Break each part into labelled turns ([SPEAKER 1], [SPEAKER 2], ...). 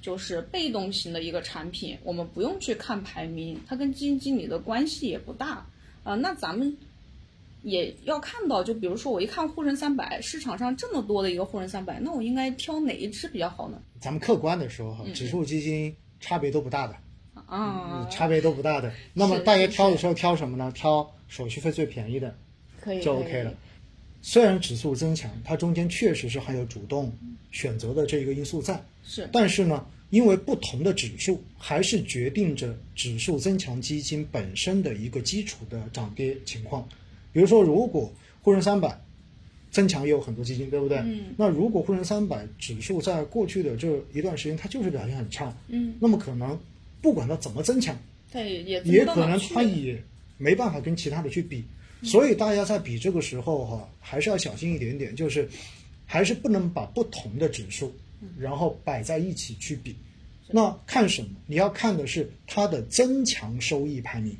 [SPEAKER 1] 就是被动型的一个产品，我们不用去看排名，它跟基金经理的关系也不大啊、呃那咱们也要看到，就比如说我一看沪深三百市场上这么多的一个沪深三百，那我应该挑哪一只比较好呢？
[SPEAKER 2] 咱们客观的说哈，指数基金差别都不大的，
[SPEAKER 1] 啊，
[SPEAKER 2] 差别都不大的。那么
[SPEAKER 1] 是
[SPEAKER 2] 大家
[SPEAKER 1] 是
[SPEAKER 2] 挑的时候挑什么呢？挑手续费最便宜的，
[SPEAKER 1] 可以
[SPEAKER 2] 就
[SPEAKER 1] 可以
[SPEAKER 2] OK 了。虽然指数增强，它中间确实是还有主动选择的这一个因素在，
[SPEAKER 1] 是
[SPEAKER 2] 但是呢，因为不同的指数还是决定着指数增强基金本身的一个基础的涨跌情况。比如说，如果沪深三百增强也有很多基金，对不对？
[SPEAKER 1] 嗯
[SPEAKER 2] 那如果沪深三百指数在过去的这一段时间它就是表现很差，
[SPEAKER 1] 嗯，
[SPEAKER 2] 那么可能不管它怎么增强，
[SPEAKER 1] 它也也
[SPEAKER 2] 也
[SPEAKER 1] 增不
[SPEAKER 2] 可
[SPEAKER 1] 到哪
[SPEAKER 2] 能嗯
[SPEAKER 1] 去
[SPEAKER 2] 它也没办法跟其他的去比，所以大家在比这个时候哈、还是要小心一点点，就是还是不能把不同的指数然后摆在一起去比。那看什么？你要看的是它的增强收益排名，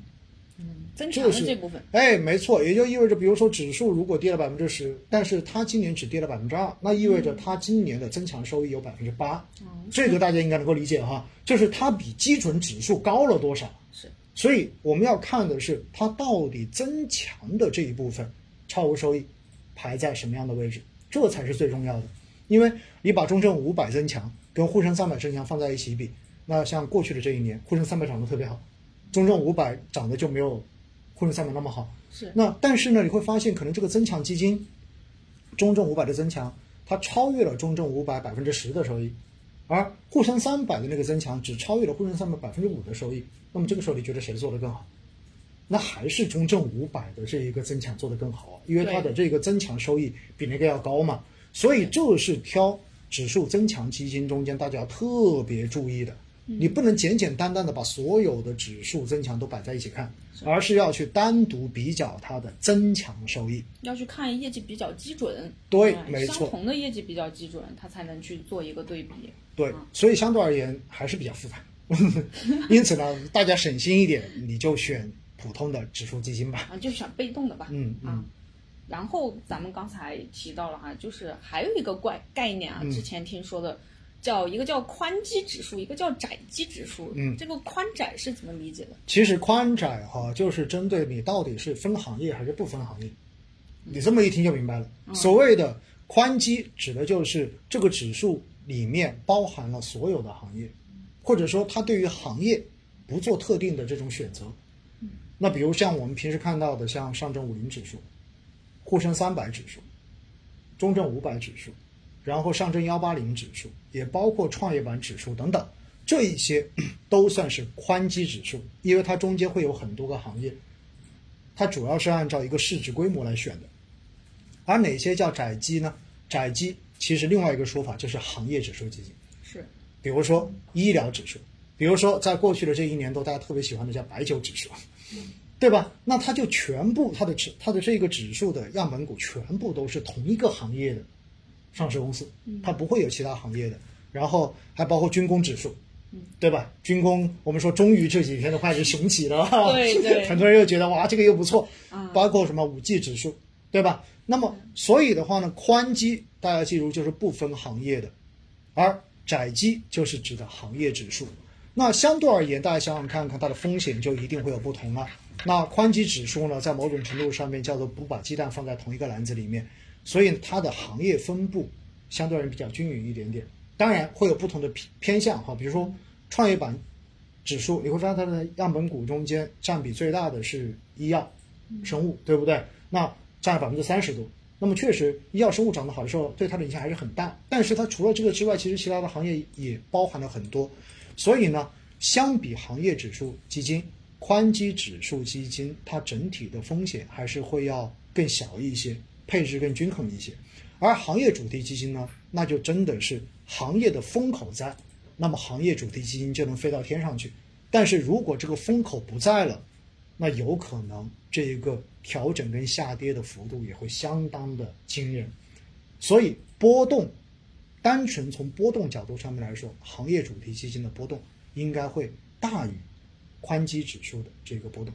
[SPEAKER 1] 增强
[SPEAKER 2] 这
[SPEAKER 1] 的
[SPEAKER 2] 是
[SPEAKER 1] 这部分，
[SPEAKER 2] 哎，没错，也就意味着，比如说指数如果跌了百分之十，但是它今年只跌了百分之二，那意味着它今年的增强收益有百分之八，
[SPEAKER 1] 嗯
[SPEAKER 2] 这个大家应该能够理解哈，就是它比基准指数高了多少。
[SPEAKER 1] 是
[SPEAKER 2] 所以我们要看的是它到底增强的这一部分超额收益排在什么样的位置，这才是最重要的。因为你把中证五百增强跟沪深三百增强放在一起比，那像过去的这一年，沪深三百涨得特别好，中证五百涨得就没有沪深三百那么好。
[SPEAKER 1] 是
[SPEAKER 2] 那但是呢，你会发现可能这个增强基金，中证五百的增强，它超越了中证五百百分之十的收益，而沪深三百的那个增强只超越了沪深三百百分之五的收益。那么这个时候你觉得谁做得更好？那还是中证五百的这一个增强做得更好啊，因为它的这个增强收益比那个要高嘛。所以这是挑指数增强基金中间大家要特别注意的，你不能简简单单的把所有的指数增强都摆在一起看，而是要去单独比较它的增强收益。
[SPEAKER 1] 要去看业绩比较基准，
[SPEAKER 2] 对
[SPEAKER 1] 哎
[SPEAKER 2] 没错
[SPEAKER 1] 相同的业绩比较基准，它才能去做一个对比。
[SPEAKER 2] 对，所以相对而言还是比较复杂。 因此呢，大家省心一点，你就选普通的指数基金吧。
[SPEAKER 1] 啊，就选被动的吧。
[SPEAKER 2] 嗯
[SPEAKER 1] 啊
[SPEAKER 2] 嗯，
[SPEAKER 1] 然后咱们刚才提到了哈、就是还有一个怪概念
[SPEAKER 2] 嗯
[SPEAKER 1] 啊，之前听说的。叫一个叫宽基指数，一个叫窄基指数。
[SPEAKER 2] 嗯
[SPEAKER 1] 这个宽窄是怎么理解的？
[SPEAKER 2] 其实宽窄哈、就是针对你到底是分行业还是不分行业。你这么一听就明白了。所谓的宽基，指的就是这个指数里面包含了所有的行业，或者说它对于行业不做特定的这种选择。那比如像我们平时看到的，像上证五零指数、沪深三百指数、中证五百指数，然后上证幺八零指数，也包括创业板指数等等，这一些 都算是宽基指数，因为它中间会有很多个行业，它主要是按照一个市值规模来选的。而哪些叫窄基呢？窄基其实另外一个说法就是行业指数基金，
[SPEAKER 1] 是
[SPEAKER 2] 比如说医疗指数，比如说在过去的这一年多，大家特别喜欢的叫白酒指数，
[SPEAKER 1] 嗯
[SPEAKER 2] 对吧？那它就全部它的指它的这个指数的样本股全部都是同一个行业的上市公司，
[SPEAKER 1] 嗯
[SPEAKER 2] 它不会有其他行业的。然后还包括军工指数，
[SPEAKER 1] 嗯
[SPEAKER 2] 对吧？军工我们说终于这几天都开始雄起了，
[SPEAKER 1] 对 对
[SPEAKER 2] 很多人又觉得哇这个又不错，包括什么五 G 指数，对吧？那么所以的话呢，宽基大家记住就是不分行业的，而窄基就是指的行业指数。那相对而言，大家想想看看，它的风险就一定会有不同了。那宽基指数呢，在某种程度上面叫做不把鸡蛋放在同一个篮子里面，所以它的行业分布相对而言比较均匀一点点。当然会有不同的偏偏向哈，比如说创业板指数，你会发现它的样本股中间占比最大的是医药、生物，对不对？那占了百分之三十多。那么确实，医药生物涨得好的时候，对它的影响还是很大。但是它除了这个之外，其实其他的行业也包含了很多。所以呢，相比行业指数基金，宽基指数基金它整体的风险还是会要更小一些，配置更均衡一些。而行业主题基金呢，那就真的是行业的风口在，那么行业主题基金就能飞到天上去。但是如果这个风口不在了，那有可能这一个调整跟下跌的幅度也会相当的惊人。所以波动，单纯从波动角度上面来说，行业主题基金的波动应该会大于宽基指数的这个波动。